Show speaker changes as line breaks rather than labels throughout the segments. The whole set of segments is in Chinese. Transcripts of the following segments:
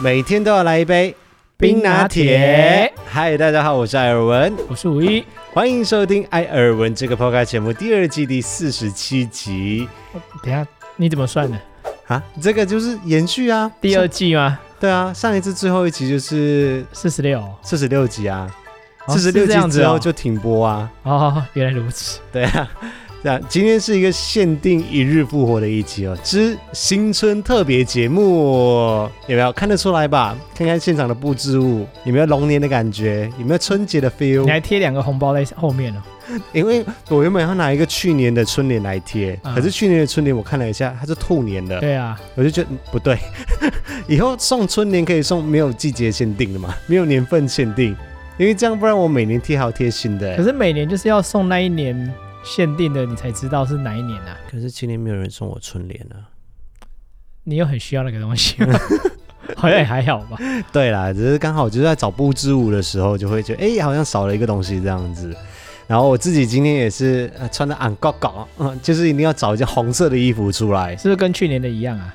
每天都要来一杯
冰拿铁。
嗨，大家好，我是艾尔文，
我是五一，
欢迎收听《艾尔文》这个 podcast 节目第二季第四十七集
等一下你怎么算的？
啊，这个就是延续啊，
第二季吗？
对啊，上一次最后一集就是
四十六，
四十六集啊，
哦
四十六
是这样
集
子
之
哦
后就停播啊，
哦，原来如此。
对啊。那今天是一个限定一日复活的一集哦，之新春特别节目，有没有看得出来吧？看看现场的布置物，有没有龙年的感觉？有没有春节的 feel？
你还贴两个红包在后面哦。
因为我原本要拿一个去年的春联来贴，
嗯
可是去年的春联我看了一下，它是兔年的，
对啊，
我就觉得嗯不对。 以后送春联可以送没有季节限定的嘛，没有年份限定，因为这样不然我每年贴好贴新的、
可是每年就是要送那一年限定的，你才知道是哪一年啊。
可是今年没有人送我春联啊。
你又很需要那个东西 吗，好像也还好吧。
对啦，只是刚好就是在找布置物的时候，就会觉得哎、好像少了一个东西这样子。然后我自己今天也是、呃、穿的俺高高，嗯，就是一定要找一件红色的衣服出来。
是不是跟去年的一样啊？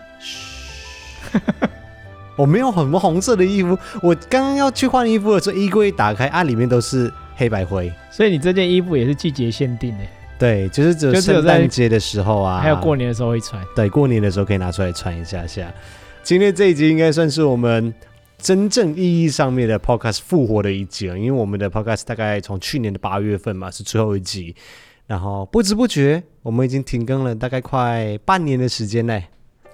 我没有很多红色的衣服，我刚刚要去换衣服的时候，衣柜一打开，啊，里面都是黑白灰。
所以你这件衣服也是季节限定的，
对，就是只有
就只有
圣
在
诞节的时候啊，
还有过年的时候会穿。
对过年的时候可以拿出来穿一下下。今天这一集应该算是我们真正意义上面的 podcast 复活的一集啊了，因为我们的 podcast 大概从去年的八月份嘛是最后一集，然后不知不觉我们已经停更了大概快半年的时间嘞。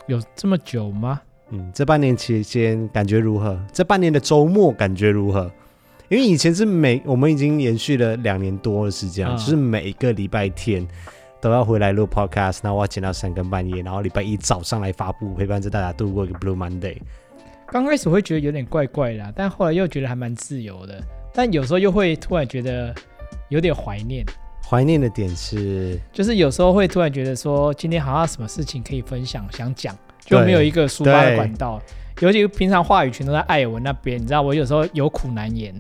有这么久吗？
嗯，这半年期间感觉如何？这半年的周末感觉如何？因为以前是每我们已经延续了两年多的时间，
啊
就是每一个礼拜天都要回来录 podcast，那我要剪到三更半夜，然后礼拜一早上来发布，陪伴着大家度过一个 Blue Monday。
刚开始会觉得有点怪怪的啊、但后来又觉得还蛮自由的。但有时候又会突然觉得有点怀念，
怀念的点是，
就是有时候会突然觉得说，今天好像什么事情可以分享，想讲，就
对
没有一个抒发
对
的管道。尤其平常话语权都在艾尔文那边，你知道我有时候有苦难言。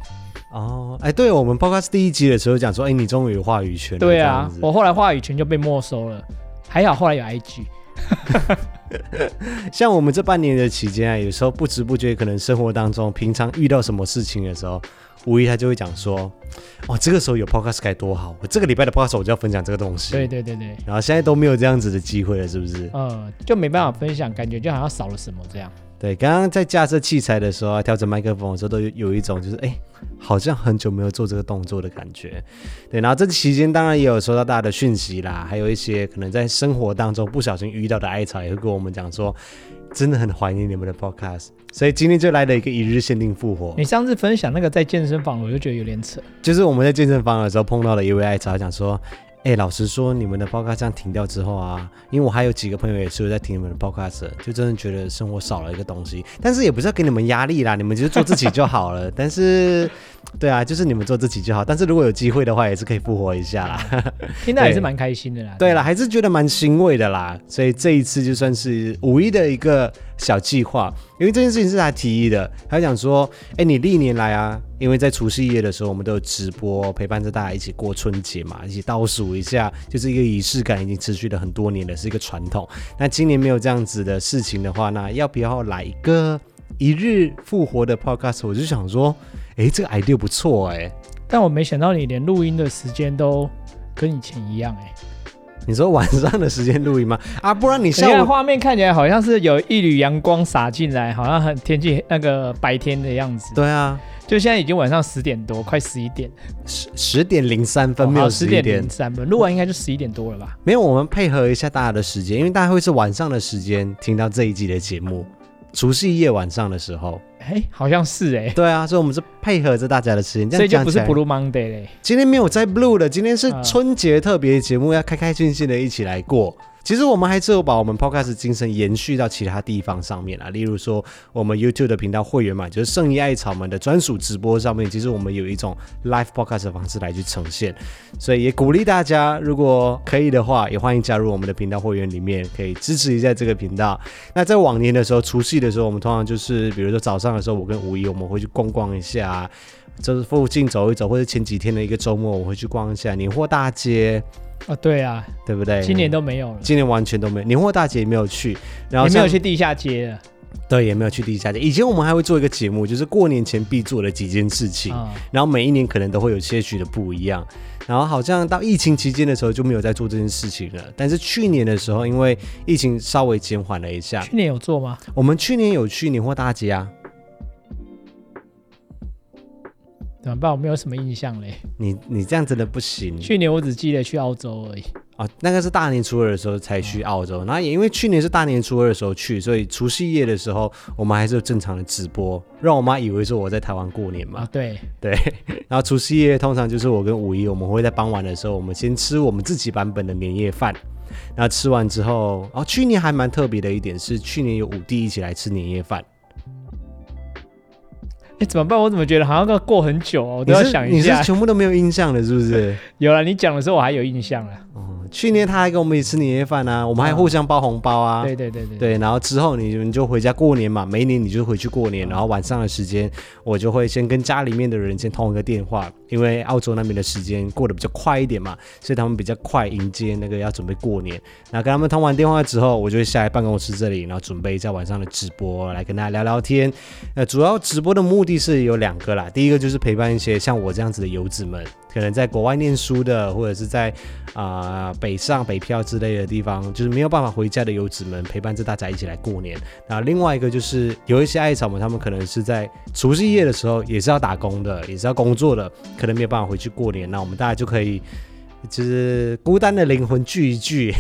哦，哎，对我们 podcast 第一集的时候讲说，哎，你终于有话语权了，
对
这
啊
样，子
我后来话语权就被没收了，还好后来有 IG。
像我们这半年的期间啊，有时候不知不觉，可能生活当中平常遇到什么事情的时候，五一他就会讲说：“哦，这个时候有 podcast 该多好！我这个礼拜的 podcast 我就要分享这个东西。”
对。对对对，
然后现在都没有这样子的机会了，是不是？
呃，就没办法分享，感觉就好像少了什么这样。
对，刚刚在架设器材的时候啊，调整麦克风的时候，都有有一种就是哎，好像很久没有做这个动作的感觉。对，然后这期间当然也有收到大家的讯息啦，还有一些可能在生活当中不小心遇到的艾草也会跟我们讲说，真的很怀念你们的 podcast。所以今天就来了一个一日限定复活
你，上次分享那个在健身房，我就觉得有点扯。
就是我们在健身房的时候碰到了一位艾草，讲说。哎，老实说，你们的 podcast 这样停掉之后啊，因为我还有几个朋友也是有在听你们的 podcast，的就真的觉得生活少了一个东西。但是也不是要给你们压力啦，你们就是做自己就好了。但是，对啊，就是你们做自己就好。但是如果有机会的话，也是可以复活一下啦。
听到也
对
是蛮开心的啦。
对了，，还是觉得蛮欣慰的啦。所以这一次就算是五一的一个小计划，因为这件事情是他提议的，他讲说，哎，你历年来啊，因为在除夕夜的时候，我们都有直播陪伴着大家一起过春节嘛，一起倒数一下，就是一个仪式感，已经持续了很多年了，是一个传统。那今年没有这样子的事情的话，那要不要来一个一日复活的 podcast？我就想说，哎，这个 idea 不错哎、
但我没想到你连录音的时间都跟以前一样哎、
你说晚上的时间录音吗？啊，不然你
你现在
下午
画面看起来好像是有一缕阳光洒进来，好像很天气那个白天的样子。
对啊。
就现在已经晚上十点多，快十一点，哦
十十点零三分，没有
十
十一
点
点
零，三分，录完应该就十一点多了吧？
没有。我们配合一下大家的时间，因为大家会是晚上的时间听到这一季的节目，除夕夜晚上的时候。
哎、好像是哎、
对啊，所以我们是配合着大家的时间，这
所
样
以就
讲
不
起
是
来
Blue Monday 嘞、
今天没有在 blue 了，今天是
啊
春节特别节目，要开开心心的一起来过。其实我们还是有把我们 Podcast 精神延续到其他地方上面啊，例如说我们 YouTube 的频道会员嘛，就是圣衣艾草们的专属直播上面，其实我们有一种 Live Podcast 的方式来去呈现，所以也鼓励大家，如果可以的话，也欢迎加入我们的频道会员里面，可以支持一下这个频道。那在往年的时候，除夕的时候，我们通常就是比如说早上的时候，我跟吴一我们会去逛逛一下啊，就是附近走一走，或者前几天的一个周末，我会去逛一下年货大街，
哦，对啊，
对不对？
今年都没有了，
今年完全都没有，年货大姐也没有去，然后
也没有
像
去地下街了
对，也没有去地下街。以前我们还会做一个节目，就是过年前必做的几件事情，
啊、
然后每一年可能都会有些许的不一样。然后好像到疫情期间的时候就没有在做这件事情了，但是去年的时候，因为疫情稍微减缓了一下，
去年有做吗？
我们去年有去年货大街啊。
怎么办？我没有什么印象嘞。
你你这样真的不行
去年我只记得去澳洲而已。
啊、哦！那个是大年初二的时候才
嗯
去澳洲，然后也因为去年是大年初二的时候去，所以除夕夜的时候我们还是有正常的直播，让我妈以为说我在台湾过年嘛
啊，。对，
然后除夕夜通常就是我跟五一，我们会在傍晚的时候，我们先吃我们自己版本的年夜饭。然后吃完之后，哦，去年还蛮特别的一点是，去年有五弟一起来吃年夜饭。
哎，怎么办？我怎么觉得好像要过很久哦？我都要想
你
一
是你
下
是。全部都没有印象的，是不 是？
有了，你讲的时候我还有印象了。
哦，去年他还跟我们一起吃年夜饭啊，我们还
嗯
互相包红包啊。
对对对对，
对，然后之后你你就回家过年嘛，每一年你就回去过年，然后晚上的时间我就会先跟家里面的人先通一个电话，因为澳洲那边的时间过得比较快一点嘛，所以他们比较快迎接那个要准备过年。那跟他们通完电话之后，我就会下来办公室这里，然后准备一下晚上的直播来跟大家聊聊天。那主要直播的目的是有两个啦，第一个就是陪伴一些像我这样子的游子们，可能在国外念书的，或者是在啊、北上北漂之类的地方，就是没有办法回家的游子们陪伴着大家一起来过年。那另外一个就是有一些艾草们，他们可能是在除夕夜的时候也是要打工的，也是要工作的，可能没有办法回去过年。那我们大家就可以就是孤单的灵魂聚一聚，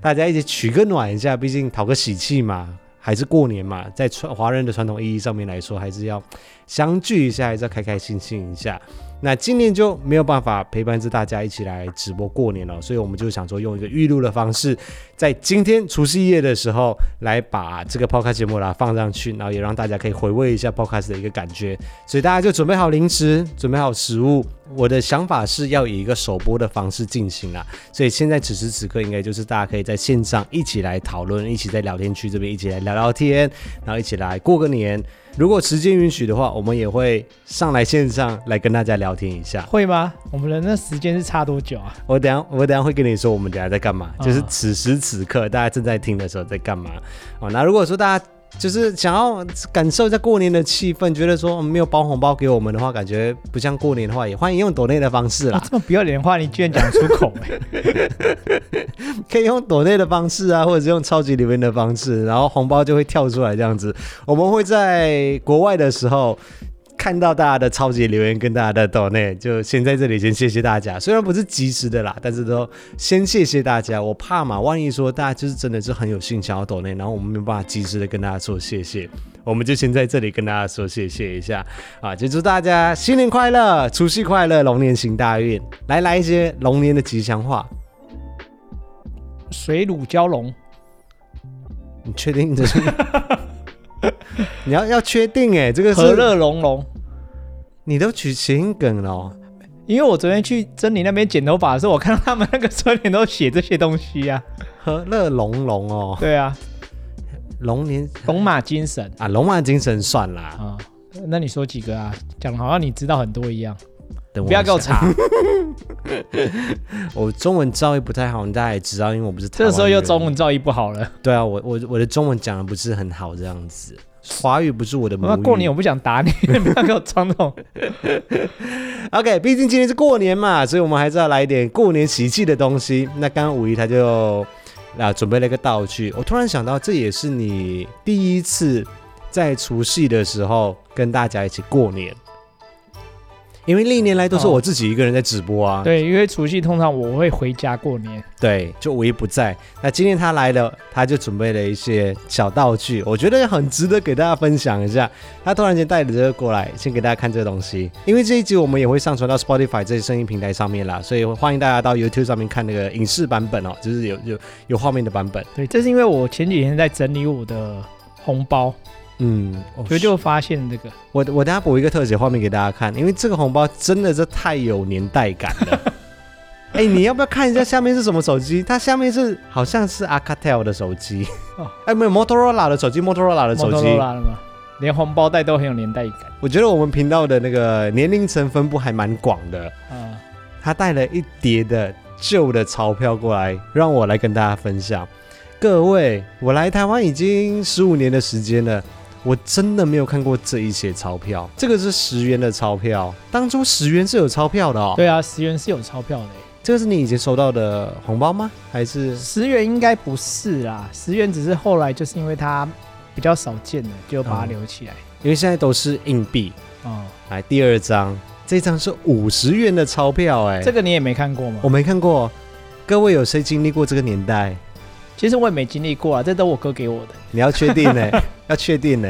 大家一起取个暖一下，毕竟讨个喜气嘛。还是过年嘛，在传华人的传统意义上面来说，还是要相聚一下，还是要开开心心一下。那今年就没有办法陪伴着大家一起来直播过年了，所以我们就想说用一个预录的方式，在今天除夕夜的时候来把这个 podcast 节目啦放上去，然后也让大家可以回味一下 podcast 的一个感觉。所以大家就准备好零食，准备好食物。我的想法是要以一个首播的方式进行啦，所以现在此时此刻应该就是大家可以在线上一起来讨论，一起在聊天区这边一起来聊聊天，然后一起来过个年。如果时间允许的话，我们也会上来线上来跟大家聊天一下。
会吗？我们的那时间是差多久啊？
我等一下我等一下会跟你说我们等一下在干嘛，
啊
就是此时此刻大家正在听的时候在干嘛。哦，那如果说大家。就是想要感受一下过年的气氛，觉得说嗯没有包红包给我们的话，感觉不像过年的话，也欢迎用抖内的方式啦
啊，，这么不要脸的话，你居然讲出口、 哎
可以用抖内的方式啊，或者是用超级留言的方式，然后红包就会跳出来这样子。我们会在国外的时候。看到大家的超级留言跟大家的抖内，就先在这里先谢谢大家。虽然不是及时的啦，但是都先谢谢大家。我怕嘛，万一说大家就是真的是很有幸想要抖内，然后我们没有办法及时的跟大家说谢谢，我们就先在这里跟大家说谢谢一下啊！就祝大家新年快乐，除夕快乐，龙年行大运。来来一些龙年的吉祥话。
水乳交融，
你确定这是？ 你要要确定哎、这个是
和乐融融。
你都取谐音梗了哦、
因为我昨天去珍妮那边剪头发的时候，我看到他们那个春联都写这些东西啊。
和乐融融哦，
对啊，
龙年
龙马精神
啊，龙马精神算啦，
啊、那你说几个啊？讲的好像你知道很多一样，
等我
不要给我
一下，
查。
我中文造诣不太好，大家也知道，因为我不是台
这
湾
时候又
人
中文造诣不好了。
对啊，我我我的中文讲的不是很好，这样子，华语不是我的母
那
语。
过年我不想打你， 你不要给我装那 种。
OK，毕竟今天是过年嘛，所以我们还是要来一点过年喜气的东西。那刚刚五一他就啊准备了一个道具，我突然想到，这也是你第一次在除夕的时候跟大家一起过年，因为历年来都是我自己一个人在直播啊。
对，因为除夕通常我会回家过年，
对，就五一不在。那今天他来了，他就准备了一些小道具，我觉得很值得给大家分享一下。他突然间带着这个过来，先给大家看这个东西。因为这一集我们也会上传到 Spotify 这些声音平台上面啦，所以欢迎大家到 YouTube 上面看那个影视版本哦，就是有有有画面的版本。
对，这是因为我前几天在整理我的红包，
嗯，我
所以就发现这个，
我我等下补一个特写画面给大家看，因为这个红包真的是太有年代感 了。哎、你要不要看一下下面是什么手机？它下面是好像是 Alcatel 的手机，哎、
哦
没有 Motorola 的手机，Motorola 呃的手机。
Motorola 了嘛，连红包袋都很有年代感
我觉得我们频道的那个年龄层分布还蛮广的。
啊。
他带了一叠的旧的钞票过来，让我来跟大家分享。各位，我来台湾已经十五年的时间了，我真的没有看过这一些钞票。这个是十元的钞票，当初十元是有钞票的哦。，
对啊，十元是有钞票的欸、
这个是你以前收到的红包吗？还是
十元应该不是啦，十元只是后来就是因为它比较少见了，就把它
嗯
留起来。
因为现在都是硬币？
哦，
来，第二张，这张是五十元的钞票、哎，
这
个
个你也没看过吗
我？没看过。各位有谁经历过这个年代？
其实我也没经历过啊，这都我哥给我的。
你要确定呢、 要确定呢、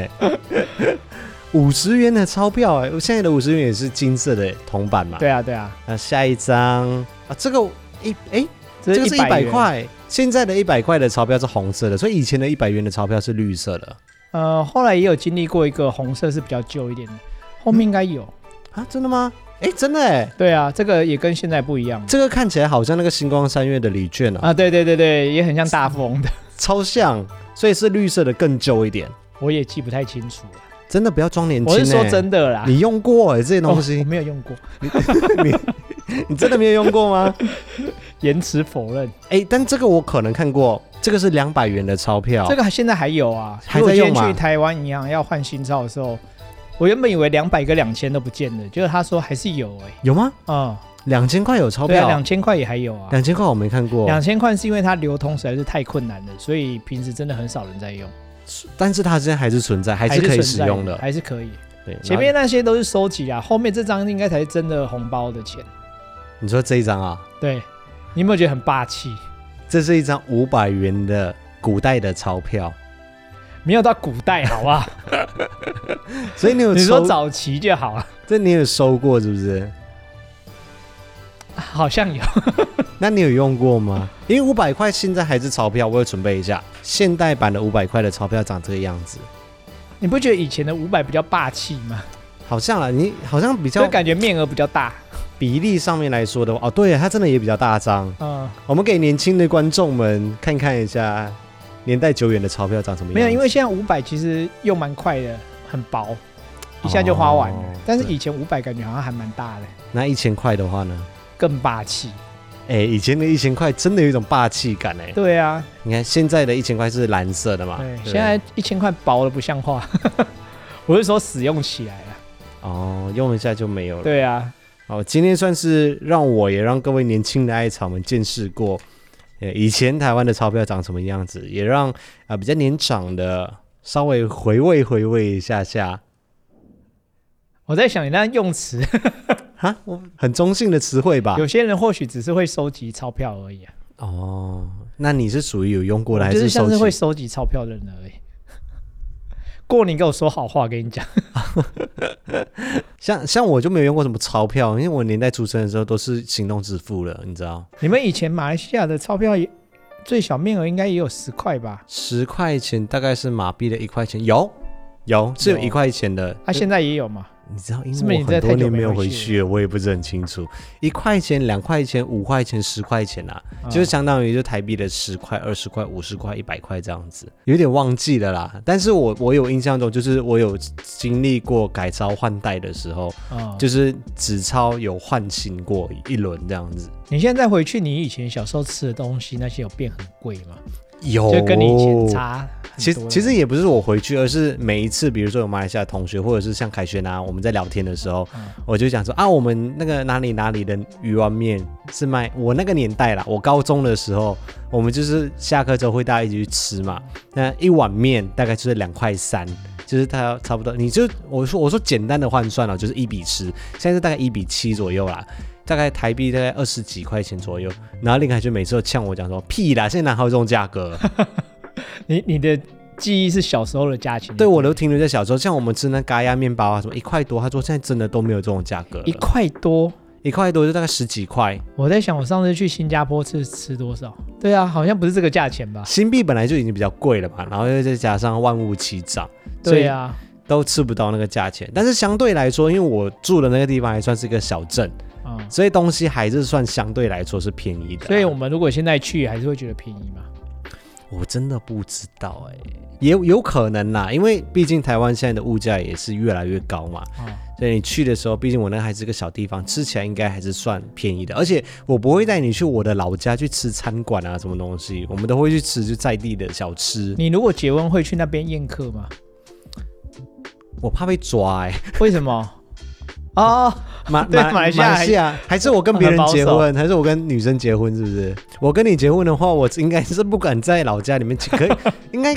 五十元的钞票哎、我现在的五十元也是金色的铜板嘛。，
对啊，对啊，
那下一张啊，这个一哎、
这
这个是一
100
百
元。
块，现在的一百块的钞票是红色的，所以以前的一百元的钞票是绿色的
呃，后来也有经历过一个红色是比较旧一点的，后面应该有。
啊？真的吗？哎、真的哎、
对啊，这个也跟现在不一样
这个看起来好像那个星光三月的礼券啊，
啊。对对对对，也很像大富翁的，
超像，所以是绿色的更旧一点。
我也记不太清楚了。
真的不要装年轻、
我
欸，
是说真的啦，
你用过哎、这些东
哦我
西，
没有用过，
你真的没有用过吗？
言辞否认。
哎、但这个我可能看过，这个是两百元的钞票，
这个还现在还有啊，
还在用吗
因为我今天去台湾银行要换新钞的时候，我原本以为两百跟两千都不见了，结果他说还是有哎、
有吗？
啊、
两千块有钞
嗯，对啊，
票，
两千块也还有啊。
两千块我没看过，
两千块是因为它流通实在是太困难了，所以平时真的很少人在用，
但是它现在还是存在，还是可以
存
使
在
用的。
还是可以。
对，
前面那些都是收集啊，后面这张应该才是真的红包的钱。
然后你说这一张啊，
对，你有没有觉得很霸气？
这是一张五百元的古代的钞票，
没有到古代 好吧？
所以你有
你说
收
早期就好了，
这你有收过是不是？
好像有。
那你有用过吗？因为五百块现在还是钞票，我有准备一下。现代版的五百块的钞票长这个样子，
你不觉得以前的五百比较霸气吗？
好像啊，你好像比
就
较
感觉面额比较大。
比例上面来说的话，哦，对啊，它真的也比较大张。
嗯，
我们给年轻的观众们看看一下，年代久远的钞票长什么样子。
没有，因为现在五百其实用蛮快的，很薄，一下就花完了。
哦
但是
对
以前五百感觉好像还蛮大的，
那一千块的话呢？
更霸气。
哎，以前的一千块真的有一种霸气感哎。
对啊，
你看现在的一千块是蓝色的嘛？
对，
不
现在一千块薄的不像话。 我是说使用起来了。
哦，用一下就没有了。
对啊，
哦，今天算是让我也让各位年轻的爱草们见识过，呃，以前台湾的钞票长什么样子，也让啊、呃比较年长的稍微回味回味一下下。
我在想你那用词，
哈，我很中性的词汇吧？
有些人或许只是会收集钞票而已啊，
哦，那你是属于有用过的还
就是是
收
像是
集
会收集钞票的人而已。过年跟我说好话，跟你讲，
像像我就没有用过什么钞票，因为我年代出生的时候都是行动支付了，你知道，
你们以前马来西亚的钞票也最小面额应该也有十块吧？
十块钱大概是马币的一块钱，有有是有
有
一块钱的。
啊，现在也有嘛？
你知道，因
是不是
为
你
我
在
很
太
多
久
年
没
没有
回
回
去
去了，我也不是很清楚，一块钱、两块钱、五块钱、十块钱啊，就是
嗯
相当于就台币的十块、二十块、五十块、一百块这样子，有点忘记了啦。但是我我有印象中，就是我有经历过改朝换代的时候，
嗯
就是纸钞有换新过一轮这样子。
你现在回去，你以前小时候吃的东西那些有变很贵吗？
有，
就跟你以前差很多的。
其实哦其实也不是我回去，而是每一次，比如说有马来西亚同学，或者是像凯旋啊，我们在聊天的时候，
嗯
我就讲说啊，我们那个哪里哪里的鱼丸面是卖我那个年代啦，我高中的时候，我们就是下课之后会大家一起去吃嘛，那一碗面大概就是两块三。就是它差不多，你就我说我说简单的换算了，就是一比十，现在是大概一比七左右啦，大概台币大概二十几块钱左右。然后林凯旋每次都呛我讲说屁啦，现在哪还有这种价格？
你你的记忆是小时候的价钱，
嗯对，我都停留在小时候，像我们吃那咖呀面包啊，什么一块多，他说现在真的都没有这种价格了，
一块多。
一块多就大概十几块，
我在想，我上次去新加坡吃吃多少？对啊，好像不是这个价钱吧？
新币本来就已经比较贵了嘛，然后又再加上万物齐涨，所
对
以
啊，
都吃不到那个价钱。但是相对来说，因为我住的那个地方还算是一个小镇，
嗯，
所以东西还是算相对来说是便宜的啊。
所以我们如果现在去，还是会觉得便宜嘛。
我真的不知道哎、也有有可能啦，因为毕竟台湾现在的物价也是越来越高嘛，
嗯
所以你去的时候，毕竟我那还是个小地方，吃起来应该还是算便宜的。而且我不会带你去我的老家去吃餐馆啊，什么东西，我们都会去吃就在地的小吃。
你如果结婚会去那边宴客吗？
我怕被抓哎、
为什么？ 哦，
马
对
马
马
来
来西
西
亚
亚还是我跟别人结
很保
婚，还是我跟女生结婚，是不是？我跟你结婚的话，我应该是不敢在老家里面去，可以 应该。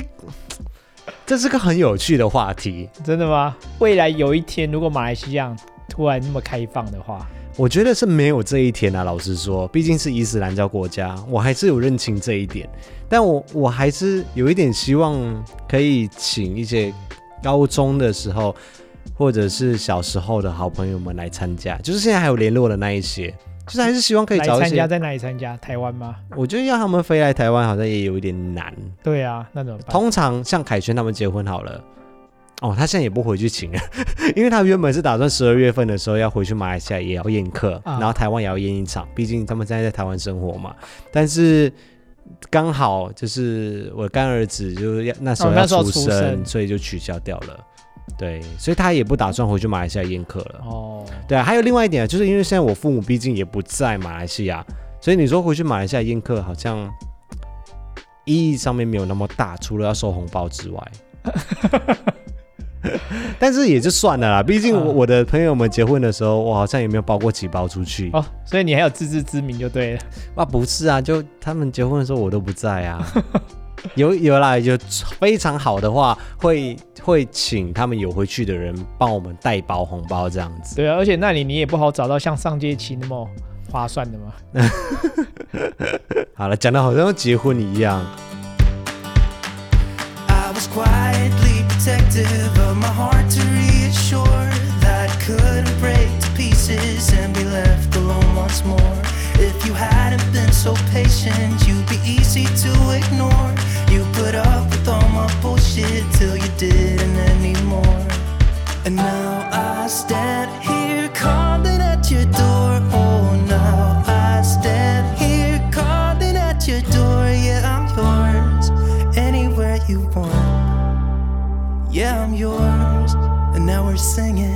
这是个很有趣的话题，
真的吗？未来有一天，如果马来西亚突然那么开放的话，
我觉得是没有这一天啊。老实说，毕竟是伊斯兰教国家，我还是有认清这一点。但我我还是有一点希望可以请一些高中的时候，或者是小时候的好朋友们来参加，就是现在还有联络的那一些，就是还是希望可以
来
找一
参加
些。
在哪里参加？台湾吗？
我觉得要他们飞来台湾好像也有一点难。
对啊，那怎么办？
通常像凯旋他们结婚好了。哦，他现在也不回去请了， 因为他原本是打算十二月份的时候要回去马来西亚也要宴客，
啊
然后台湾也要宴一场，毕竟他们现在在台湾生活嘛。但是刚好就是我干儿子就是要那时候
哦
要
那时候
出
出
生，
生
所以就取消掉了。对，所以他也不打算回去马来西亚宴客了。
哦，
对啊，还有另外一点啊，就是因为现在我父母毕竟也不在马来西亚，所以你说回去马来西亚宴客好像意义上面没有那么大，除了要收红包之外。 但是也就算了啦，毕竟我
嗯
我的朋友们结婚的时候，我好像也没有包过几包出去。
哦，所以你还有自知之明就对了。
啊，不是啊，就他们结婚的时候我都不在啊。 有有啦，有非常好的话，会会请他们有回去的人帮我们代包红包这样子。
对啊，而且那里你也不好找到像上街期那么划算的嘛。
好了，讲的好像要结婚一样。
I was quietly protective of my heart to reassure that I couldn't break to pieces and be left alone once more. If you hadn't been so patient, you'd be easy to ignore. You put up with all my bullshit till you didn't anymore. And now I stand here calling at your door. Oh, now I stand here calling at your door. Yeah, I'm yours. Anywhere you want. Yeah, I'm yours. And now we're singing.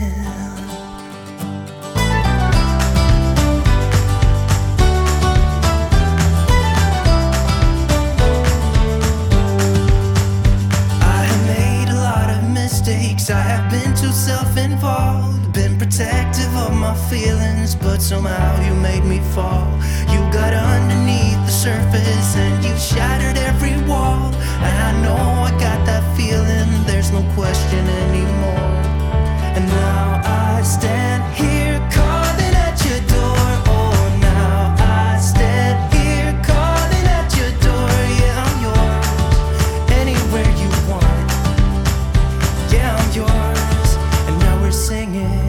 I have made a lot of mistakes. I have been too self involved, been protective of my feelings, but somehow you made me fall. You got underneath the surface and you shattered every wall. And I know I got that feeling, there's no question anymore. And now I stand here calling at your door. Oh, now I stand here calling at your door. Yeah, I'm yours anywhere you want. Yeah, I'm yours, and now we're singing.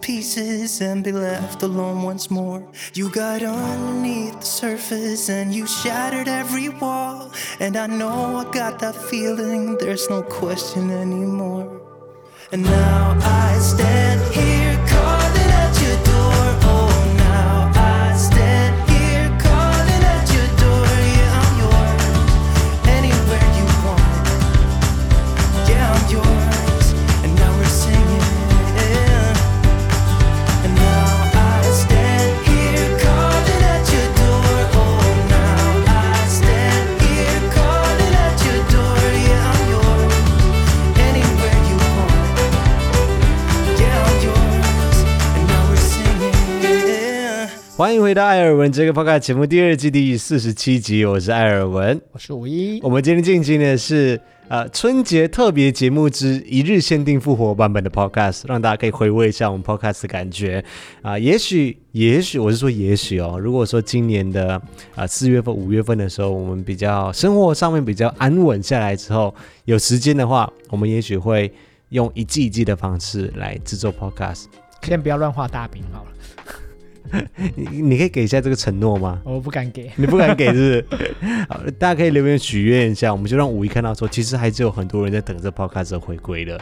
pieces and be left alone once more. You got underneath the surface and you shattered every wall. And I know I got that feeling, there's no question anymore. And now I stand here calling at your door. Oh, now I stand here calling at your door. Yeah, I'm yours. Anywhere you want. Yeah, I'm yours. And now we're singing. And now I stand here calling at your door. Oh, now I stand here calling at your door. Yeah, I'm yours. Anywhere you want. Yeah, I'm yours, and now we're singing.
欢迎回到艾尔文这个 podcast 节目第二季第四十七集，我是艾尔文。
我是五一
我，们今天进行的是呃春节特别节目之一日限定复活版本的 podcast，让大家可以回味一下我们 podcast 的感觉啊、也许，也许我是说也许哦，如果说今年的啊四、月份、五月份的时候，我们比较生活上面比较安稳下来之后，有时间的话，我们也许会用一季一季的方式来制作 podcast。
先不要乱画大饼好了，
你你可以给一下这个承诺吗？
我不敢给。
你不敢给是不是？好，大家可以留言许愿一下，我们就让五一看到说，其实还是有很多人在等这 podcast 的回归的，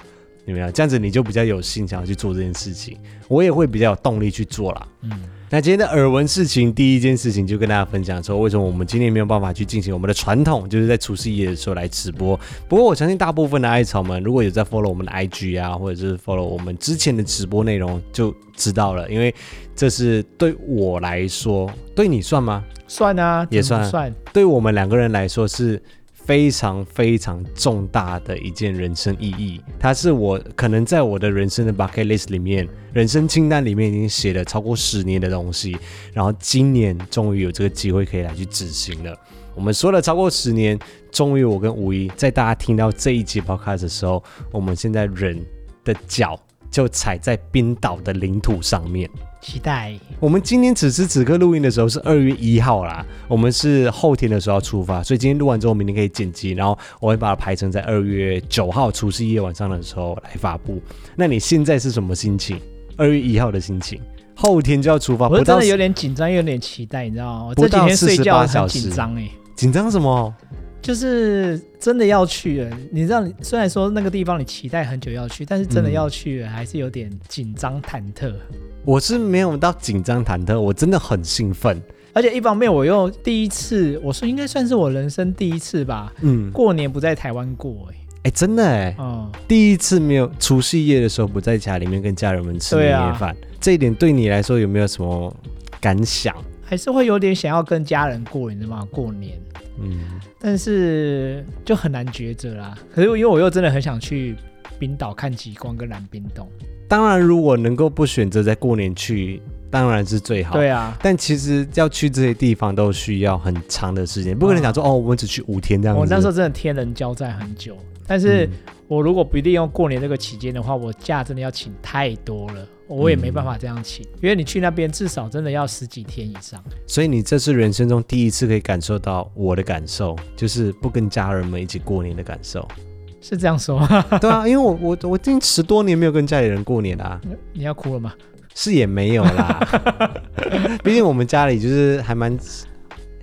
有没有？这样子你就比较有信想要去做这件事情，我也会比较有动力去做啦。嗯，那今天的耳闻事情，第一件事情就跟大家分享说，为什么我们今天没有办法去进行我们的传统，就是在除夕夜的时候来直播。不过我相信大部分的艾草们，如果有在 follow 我们的 IG 啊，或者是 follow 我们之前的直播内容，就知道了，因为这是对我来说，对你算吗？
算啊，
也
怎么
算
算，
对我们两个人来说是非常非常重大的一件人生意义。它是我可能在我的人生的 bucket list 里面，人生清单里面已经写了超过十年的东西，然后今年终于有这个机会可以来去执行了。我们说了超过十年，终于我跟五一在大家听到这一集 podcast 的时候，我们现在人的脚就踩在冰岛的领土上面。
期待
我们今天此时此刻录音的时候是二月一号啦，我们是后天的时候要出发，所以今天录完之后，明天可以剪辑，然后我会把它排成在二月九号除夕夜晚上的时候来发布。那你现在是什么心情？二月一号的心情，后天就要出发，哦不
我是真
到
的有点紧张，又有点期待，你知道吗？我
不
这几
到
天睡觉
48小
很
时
紧张哎、
紧张什么？
就是真的要去了。你知道，你虽然说那个地方你期待很久要去，但是真的
嗯
要去了，还是有点紧张忐忑。
我是没有到紧张忐忑，我真的很兴奋。
而且一方面，我又第一次，我说应该算是我人生第一次吧，
嗯，
过年不在台湾过哎、
哎、真的哎、
哦、
第一次没有除夕夜的时候不在家里面跟家人们吃年
对啊
夜饭，这一点对你来说有没有什么感想？
还是会有点想要跟家人过，你知道吗？过年，
嗯。
但是就很难抉择啦。可是因为我又真的很想去冰岛看极光跟蓝冰洞，
当然，如果能够不选择在过年去，当然是最好。
对。啊，
但其实要去这些地方都需要很长的时间，不可能讲说、哦，我们只去五天这样子。
嗯我那时候真的天人交战很久。但是
嗯
我如果不利用过年这个期间的话，我假真的要请太多了，我也没办法这样请，因为你去那边至少真的要十几天以上。
所以你这是人生中第一次可以感受到我的感受，就是不跟家人们一起过年的感 受。
是这样 说吗？
对啊，因为我我我已经十多年没有跟家里人过年啦、啊
你要哭了吗？
是也没有啦。 毕竟我们家里就是还蛮，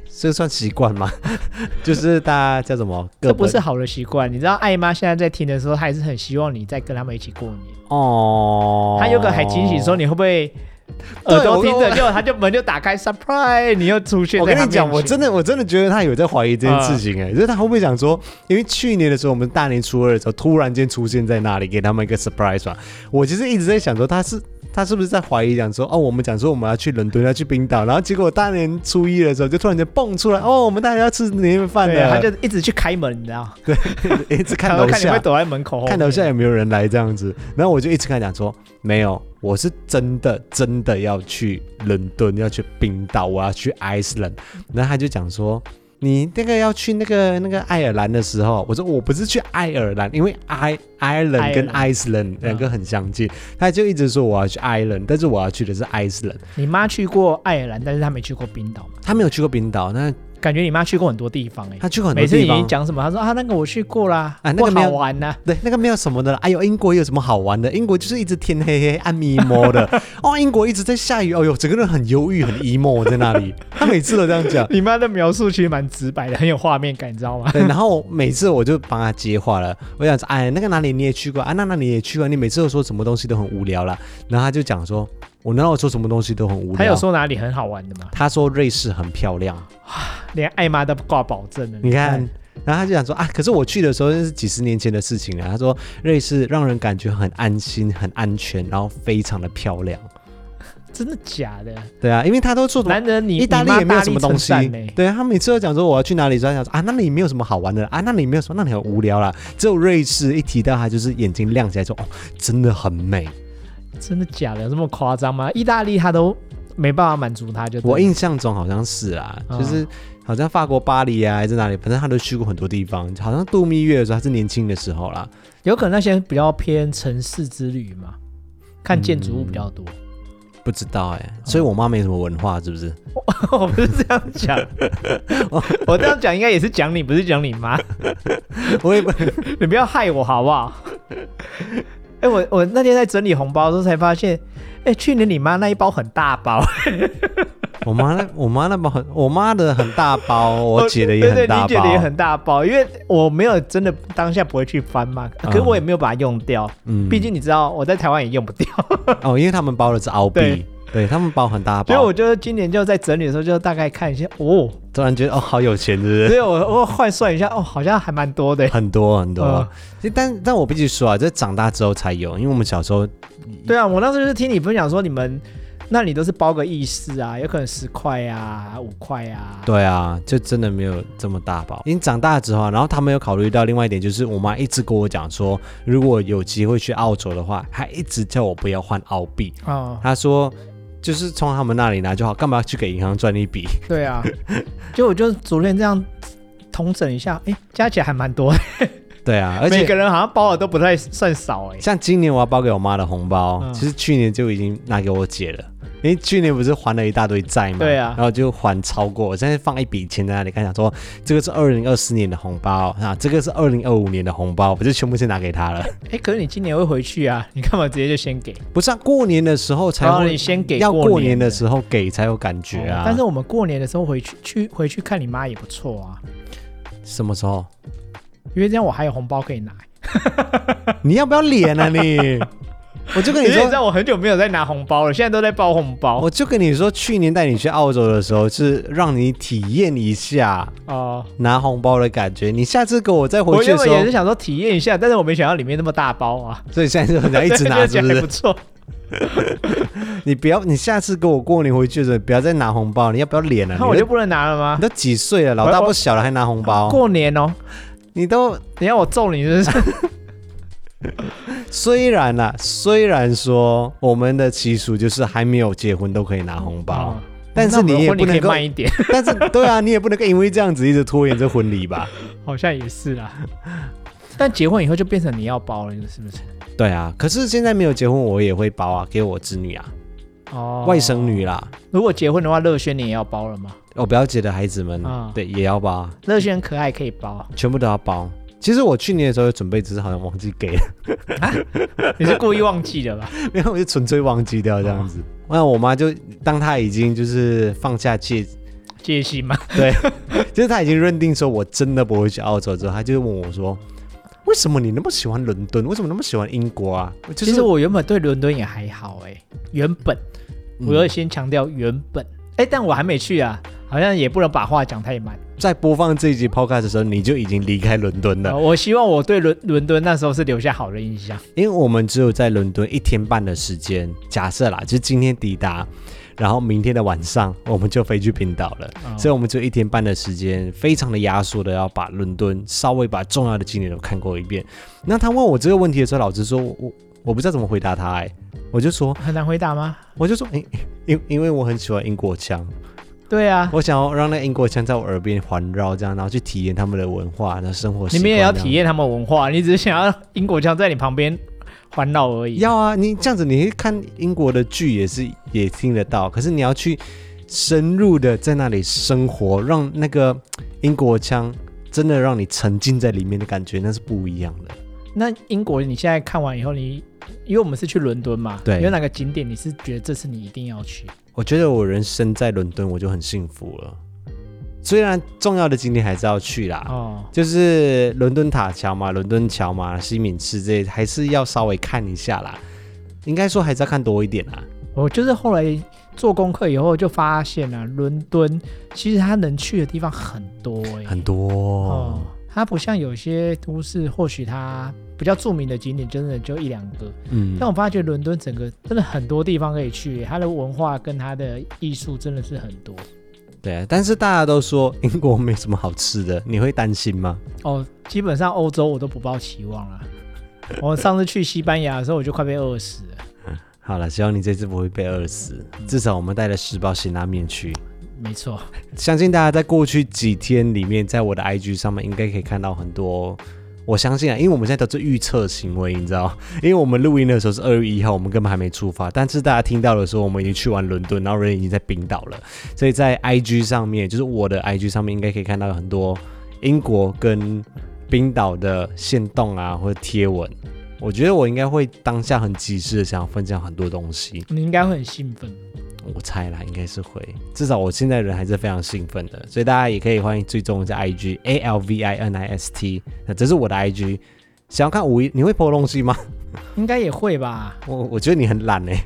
这算习惯吗？ 就是大家叫什么？各
这不
奔
是好的习惯。你知道艾妈现在在听的时候，她还是很希望你再跟他们一起过年。
哦，
她有个还惊喜说你会不会耳朵听着，结果她就门就打开，surprise，你又出现
我
在
跟
她
你讲，
面
我
前
真的我真的觉得他有在怀疑这件事情哎、就是他会不会想说，因为去年的时候我们大年初二的时候突然间出现在那里，给他们一个 surprise 嘛。我其实一直在想说他是。他是不是在怀疑讲说哦，我们讲说我们要去伦敦，要去冰岛，然后结果大年初一的时候就突然间蹦出来哦，我们大家要吃年夜饭
对，啊
的，
她就一直去开门，你知道，
一直看
她
楼
说看你
下
会，躲在门口后面，
看楼下有没有人来这样子。然后我就一直跟他讲说，没有，我是真的真的要去伦敦，要去冰岛，我要去 Iceland。然后他就讲说。你那个要去那个那个爱尔兰的时候，我说我不是去爱尔兰，因为 I Ireland 跟
爱
Iceland 两个很相近，他就一直说我要去 Ireland，但是我要去的是 Iceland。
你妈去过爱尔兰，但是她没去过冰岛嘛？
他没有去过冰岛，那
感觉你妈去过很多地方哎、
他去过很多
每次
地
你
方。
讲什么，她说啊那个我去过啦，
啊那个
不
没
好
有
玩呐、
对，那个没有什么的啦。哎呦，英国有什么好玩的？英国就是一直天黑黑、暗咪摸 的。哦，英国一直在下雨。哦呦，整个人很忧郁、很 emo 在那里。他每次都这样讲。
你妈的描述其实蛮直白的，很有画面感，你知道吗？
对，然后每次我就帮他接话了，我想说，哎，那个哪里你也去过啊，那那里也去过，你每次都说什么东西都很无聊啦。然后他就讲说，我哪有说什么东西都很无聊？
她有，说哪里很好玩的吗？
他说瑞士很漂亮，
连艾妈都挂保证了，
你看。然后他就想说啊，可是我去的时候那是几十年前的事情了。他说瑞士让人感觉很安心、很安全，然后非常的漂亮。
真的假的？
对啊，因为他都说什么
难得你
意大利也没有什么东西
你妈大力称赞呢，欸
对他每次都讲说我要去哪里，所以他讲说啊，那里没有什么好玩的啊，那里没有什么，那里很无聊啦。只有瑞士一提到他，就是眼睛亮起来说哦，真的很美。
真的假的？有这么夸张吗？意大利他都没办法满足他就对了，
我印象中好像是啦，
嗯
就是好像法国巴黎啊还是哪里，反正他都去过很多地方。好像度蜜月的时候，他是年轻的时候啦。
有可能那些比较偏城市之旅嘛，看建筑物比较多。
嗯不知道哎、所以我妈没什么文化，是不是？
我不是这样 讲，我这样讲应该也是讲你，不是讲你妈。
我也不，
你不要害我好不好？ 哎、我我那天在整理红包的时候才发现，哎、去年你妈那一包很大包，
我妈那我妈那么很，我妈的很大包，我姐的 也
对
很
哦对
大包，
你姐的也很大包，因为我没有真的当下不会去翻嘛，可是
嗯
我也没有把它用掉，
嗯
毕竟你知道我在台湾也用不掉，
哦，因为他们包的是澳币
对，
对他们包很大
所以
包，
我就今年就在整理的时候就大概看一下，哦，
突然觉得哦，好有钱，是不是
所？以我我换算一下，哦，好像还蛮多 的。
很多很多。
嗯
其实但但我必须说啊，这长大之后才有，因为我们小时候
对啊，我当时就是听你分享说你们那里都是包个意式啊，有可能十块啊、五块啊，
对啊，就真的没有这么大包。因为长大之后啊，然后他们有考虑到另外一点，就是我妈一直跟我讲说，如果有机会去澳洲的话，她一直叫我不要换澳币，
哦，
她说。就是从他们那里拿就好，干嘛去给银行赚一笔？
对 啊，就我就昨天这样统整一下，哎，加起来还蛮多的，
对啊，而
每
且
个人好像包的都不太算少哎、
像今年我要包给我妈的红包，
嗯
其实去年就已经拿给我姐了，因为去年不是还了一大堆债嘛，
对啊
然后就还超过，我现在放一笔钱在那里，跟她讲说这个是二零二四年的红包啊，这个是二零二五年的红包，我就全部先拿给她了。
哎，可是你今年会回去啊？你干嘛直接就先给？
不是啊，过年的时候才
然后
会，
啊你先给
要
过
过年的
的哦
时候给才有感觉啊。
但是我们过年的时候回去去回去看你妈也不错啊，
什么时候？
因为这样我还有红包可以拿。
你要不要脸啊 你？我就跟你
因为你知
说，
道我很久没有在拿红包了，现在都在包红包
我就跟你说，去年带你去澳洲的时候是让你体验一下。
哦。
拿红包的感觉，你下次给我再
我哦
回去
原
的
本
时
也
候
是，想说体验一下，但是我没想到里面那么大包 啊，
所以现在就很想一直拿，
看起
是不
来还不
是？
错。
你不要，你下次跟我过年回去的时候，不要再拿红包，你要不要脸啊？
那我
你
就
都
不能拿了吗
你？都几岁了，老大不小了还拿红包，
过年哦，
你都
等一下我揍你是不是？
虽然啦、虽然说我们的习俗就是还没有结婚都可以拿红包，
哦
但是
那我
你
们
也
婚礼
不
可
能
以
够，
慢一 点，
但是对啊，你也不能够因为这样子一直拖延这婚礼吧？
好像也是啦。但结婚以后就变成你要包了，是不是？
对啊，可是现在没有结婚，我也会包啊，给我侄女啊，
哦，
外甥女。啦，哦
如果结婚的话，乐轩你也要包了吗？
我表姐的孩子们，
啊
对，也要包啊，
乐轩可爱可以 包，
全部都要包。其实我去年的时候有准备，只是好像忘记给了，
你是故意忘记的吧？
然后我就纯粹忘记掉这
哦
样子。那我妈就当她已经就是放下戒
戒心吗？
对， 就是他已经认定说我真的不会去澳洲之后，他就问我说：“为什么你那么喜欢伦敦？为什么那么喜欢英国啊？”就
其
是
实我原本对伦敦也还好哎、原本我要先强调原本哎、但我还没去啊，好像也不能把话讲太满。
在播放这一集 podcast 的时候，你就已经离开伦敦了，
呃我希望我对伦伦敦那时候是留下好的印象。
因为我们只有在伦敦一天半的时间。假设啦，就是今天抵达，然后明天的晚上我们就飞去冰岛了，
哦
所以我们就一天半的时间，非常的压缩的要把伦敦稍微把重要的景点都看过一遍。那他问我这个问题的时候，老实说我我我不知道怎么回答他、哎，我就说。
很难回答吗？
我就说，因因因为我很喜欢英国腔，
对啊，
我想要让那英国腔在我耳边环绕，这样，然后去体验他们的文化、然后生活。
你们也要体？验他们文化，你只是想要英国腔在你旁边环绕而已。
要啊，你这样子，你去看英国的剧也是也听得到，可是你要去深入的在那里生活，让那个英国腔真的让你沉浸在里面的感觉，那是不一样的。
那英国你现在看完以后你，因为我们是去伦敦嘛，
对
有哪个景点你是觉得这次你一定要去？
我觉得我人生在伦敦我就很幸福了，虽然重要的景点还是要去啦，
哦，
就是伦敦塔桥嘛、伦敦桥嘛、西敏寺这些，还是要稍微看一下啦。应该说还是要看多一点啦。
我哦就是后来做功课以后就发现啊，伦敦其实它能去的地方很多哎、
很多、
哦，它不像有些都市，或许它比较著名的景点真的就一两个，
嗯
但我发觉伦敦整个真的很多地方可以去，欸它的文化跟它的艺术真的是很多。
对啊，但是大家都说英国没什么好吃的，你会担心吗？
哦，基本上欧洲我都不抱期望 了。我上次去西班牙的时候，我就快被饿死了。
好了，希望你这次不会被饿死，至少我们带了十包辛拉面去。
没错，
相信大家在过去几天里面，在我的 IG 上面应该可以看到很多。我相信啊，因为我们现在都是预测行为，你知道， 因为我们录音的时候是二月一号，我们根本还没出发，但是大家听到的时候，我们已经去完伦敦，然后人已经在冰岛了，所以在 IG 上面，就是我的 IG 上面，应该可以看到很多英国跟冰岛的线动啊，或者贴文。我觉得我应该会当下很及时的想要分享很多东西，
你应该会很兴奋。
我猜啦，应该是会，至少我现在人还是非常兴奋的，所以大家也可以欢迎追踪一下 IG A L V I N I S T，那这是我的 IG。想要看五一，你会 po 东西吗？
应该也会吧？
我我觉得你很懒哎、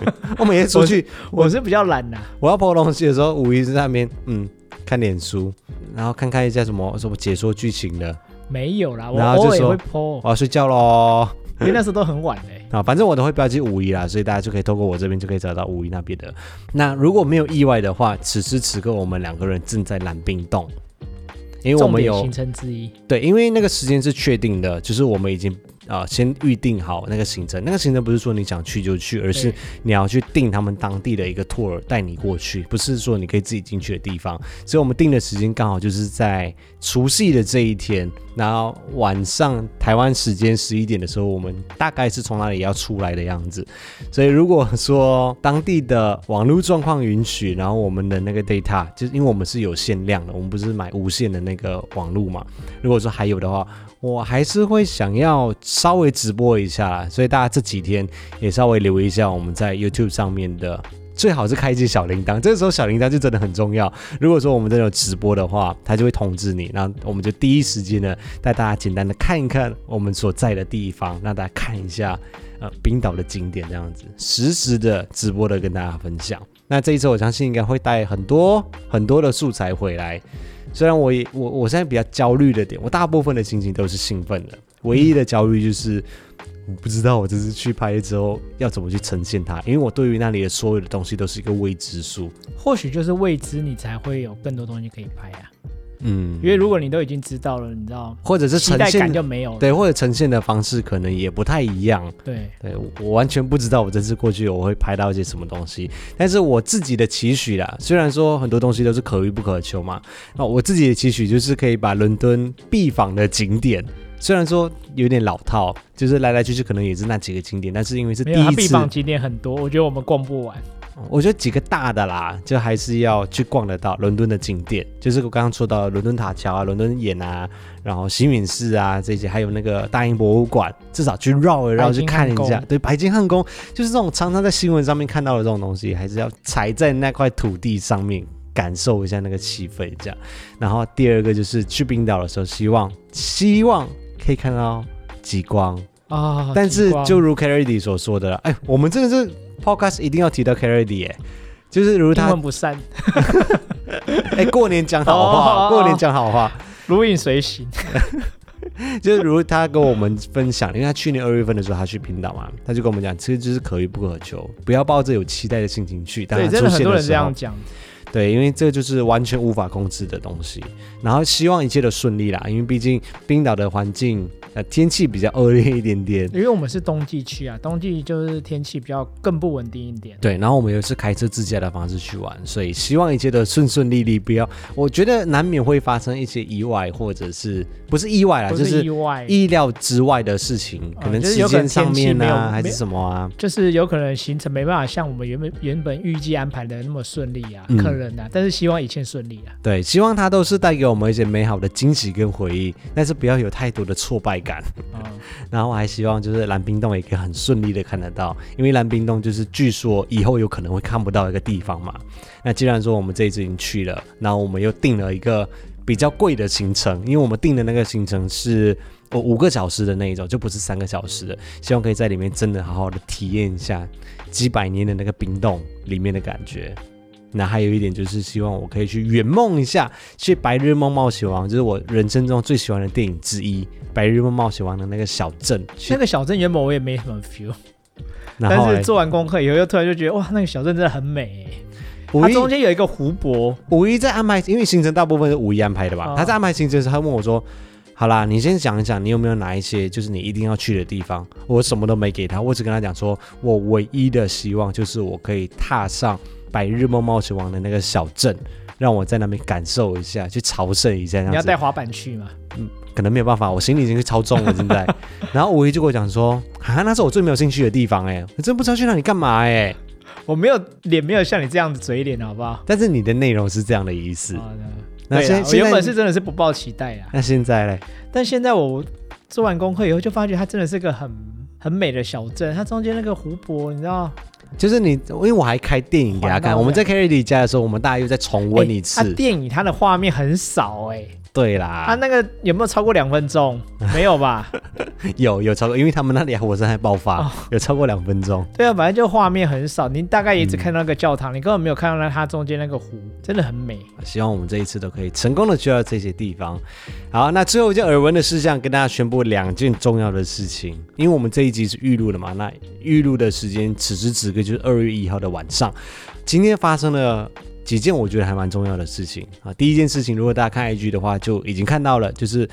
我每天出去，
我是比较懒啊呐、
我要 po 东西的时候，五一在那边嗯看脸书，然后看看一下什么什么解说剧情的，
没有啦，我
然后
偶
就
尔也
说
会 PO，
我要睡觉喽。
因为那时候都很晚嘞、
啊，反正我都会标记五一啦，所以大家就可以透过我这边就可以找到五一那边的。那如果没有意外的话，此时此刻我们两个人正在蓝冰洞，因为我
重
们
点
有
行程之一。
对，因为那个时间是确定的，就是我们已经啊、呃先预定好那个行程。那个行程不是说你想去就去，而是
对
你要去订他们当地的一个 tour 带你过去，不是说你可以自己进去的地方。所以我们定的时间刚好就是在除夕的这一天，然后晚上台湾时间十一点的时候，我们大概是从哪里要出来的样子。所以如果说当地的网络状况允许，然后我们的那个 data，就是因为我们是有限量的，我们不是买无线的那个网络嘛。如果说还有的话，我还是会想要稍微直播一下啦。所以大家这几天也稍微留意一下我们在 YouTube 上面的。最好是开启小铃铛，这个时候小铃铛就真的很重要。如果说我们真的有直播的话，它就会通知你，然后我们就第一时间呢带大家简单的看一看我们所在的地方，让大家看一下呃冰岛的景点这样子，实时的直播的跟大家分享。那这一次我相信应该会带很多很多的素材回来，虽然我也我我现在比较焦虑的点，我大部分的心情都是兴奋的，唯一的焦虑就是我不知道我这次去拍之后要怎么去呈现它，因为我对于那里的所有的东西都是一个未知数。
或许就是未知，你才会有更多东西可以拍啊。
嗯，
因为如果你都已经知道了，你知道，
或者是
期
呈
待
现
感就没有了。
对，或者呈现的方式可能也不太一样。
对
对我我完全不知道我这次过去我会拍到一些什么东西，但是我自己的期许啦，虽然说很多东西都是可遇不可求嘛，那我自己的期许就是可以把伦敦必访的景点，虽然说有点老套，就是来来去去可能也是那几个景点，但是因为是第
没有它
一
必
次，
访景点很多，我觉得我们逛不完。
我觉得几个大的啦，就还是要去逛得到伦敦的景点，就是我刚刚说到的伦敦塔桥啊、伦敦眼啊，然后西敏寺啊这些，还有那个大英博物馆，至少去绕一绕
白
去
金
看
汉
一
宫
下。对，白金汉宫就是这种常常在新闻上面看到的这种东西，还是要踩在那块土地上面。感受一下那个气氛，这样。然后第二个就是去冰岛的时候，希望希望可以看到极光，
啊、
但
极
是
光
就如 Carady 所说的啦，哎，我们真的是 podcast 一定要提到 Carady 哎、就是如
英
他
文不善，
哎、过年讲好话，
哦
过年讲好话，
如影 随形。
就是如他跟我们分享，因为他去年二月份的时候他去冰岛嘛，他就跟我们讲，其实就是可遇不可求，不要抱着有期待的心情去。当
对，
然
真
啊出
的很
现
多
的
人这
时候
样，讲。
对，因为这就是完全无法控制的东西。然后希望一切都顺利啦，因为毕竟冰岛的环境，呃，天气比较恶劣一点点。
因为我们是冬季去啊，冬季就是天气比较更不稳定一点。
对，然后我们也是开车自驾的方式去玩，所以希望一切都顺顺利利，不要。我觉得难免会发生一些意外，或者是不是意外啦，
不
啊就是
意
是
外，
意料之外的事情，
啊
可能
就是
时
有可能
间上
天气
面
没有
啊，还
没
是什么啊，
就是有可能行程没办法像我们原本原本预计安排的那么顺利啊，
嗯
客人啊，但是希望一切顺利啊。
对，希望它都是带给我们一些美好的惊喜跟回忆，但是不要有太多的挫败感。
嗯，
然后我还希望就是蓝冰洞也可以很顺利的看得到，因为蓝冰洞就是据说以后有可能会看不到一个地方嘛。那既然说我们这一次已经去了，然后我们又定了一个比较贵的行程，因为我们定的那个行程是哦五个小时的那一种，就不是三个小时的，希望可以在里面真的好好的体验一下几百年的那个冰洞里面的感觉。那还有一点就是，希望我可以去圆梦一下，去《白日梦冒险王》，就是我人生中最喜欢的电影之一，《白日梦冒险王》的那个小镇去
那。个小镇原本我也没什么 feel，
然后
但是
嘞
做完功课以后又突然就觉得哇，那个小镇真的很美、
五
它
一
中间有一个湖泊，
五一在安排，因为行程大部分是五一安排的吧？
哦
他在安排行程的时，候，他问我说：“好啦，你先想一想，你有没有哪一些就是你一定要去的地方？”我什么都没给他，我只跟他讲说，我唯一的希望就是我可以踏上《白日梦冒险王》的那个小镇。让我在那边感受一下，去朝圣一下，这
你要
样子
带滑板去嘛？
可能没有办法，我行李已经超重了现在。然后五一就跟我讲说，啊，那是我最没有兴趣的地方哎、我真不知道去那里干嘛哎、
我没有脸，没有像你这样子嘴脸，好不好？
但是你的内容是这样的意思，
啊，
那
对
现
啊，我
现
原
在
本是真的是不抱期待啊，
那现在嘞？
但现在我做完功课以后就发觉它真的是个很很美的小镇，它中间那个湖泊，你知道，
就是你，因为我还开电影给他
环岛
看。
的
我们在 Carrie 里家的时候，我们大家又再重温一次。
欸它电影它的画面很少哎、
对
啊，
啦，
那个有没有超过两分钟？没有吧？
有有超过，因为他们那里啊火山还爆发，
哦
有超过两分钟。
对啊，反正就画面很少，你大概也只看到那个教堂，你根本没有看到那它中间那个湖，
嗯
真的很美。
希望我们这一次都可以成功的去到这些地方。好，那最后一件耳闻的事项，跟大家宣布两件重要的事情。因为我们这一集是预录的嘛，那预录的时间此时此刻就是二月一号的晚上。今天发生了几件我觉得还蛮重要的事情啊。第一件事情，如果大家看 IG 的话，就已经看到了，就是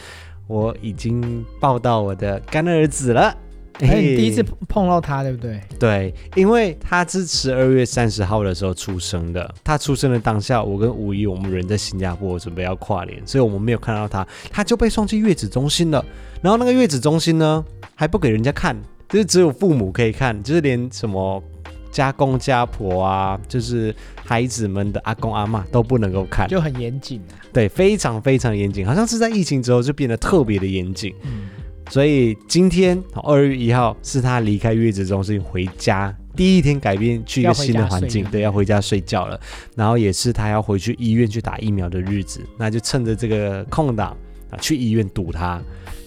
我已经抱到我的干儿子了。
哎、你第一次
嘿
碰到它，对不对？
对，因为他是十二月三十号的时候出生的，他出生的当下，我跟五一我们人在新加坡，准备要跨年，所以我们没有看到他，他就被送去月子中心了。然后那个月子中心呢，还不给人家看，就是只有父母可以看，就是连什么。家公家婆啊，就是孩子们的阿公阿妈都不能够看，
就很严谨啊。
对，非常非常严谨，好像是在疫情之后就变得特别的严谨。
嗯，
所以今天哦二月一号是他离开月子中心回家第一天，改变去一个新的环境
要回家睡，
对，要回家睡觉了。然后也是他要回去医院去打疫苗的日子，那就趁着这个空档啊去医院堵他。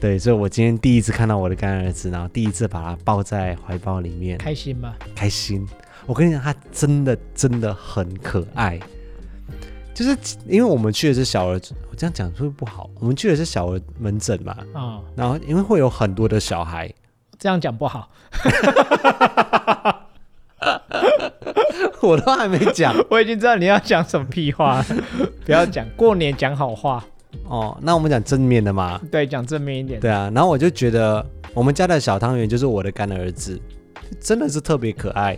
对，所以我今天第一次看到我的干儿子，然后第一次把他抱在怀抱里面，
开心吗？
开心。我跟你讲，他真的真的很可爱。就是因为我们去的是小儿，我这样讲会不会不好？我们去的是小儿门诊嘛，
哦，
然后因为会有很多的小孩，
这样讲不好，
我都还没 讲
我已经知道你要讲什么屁 话了，不要讲过年讲好话，
哦。那我们讲正面的嘛，
对，讲正面一点。
对啊。然后我就觉得我们家的小汤圆就是我的干儿子，真的是特别可 爱。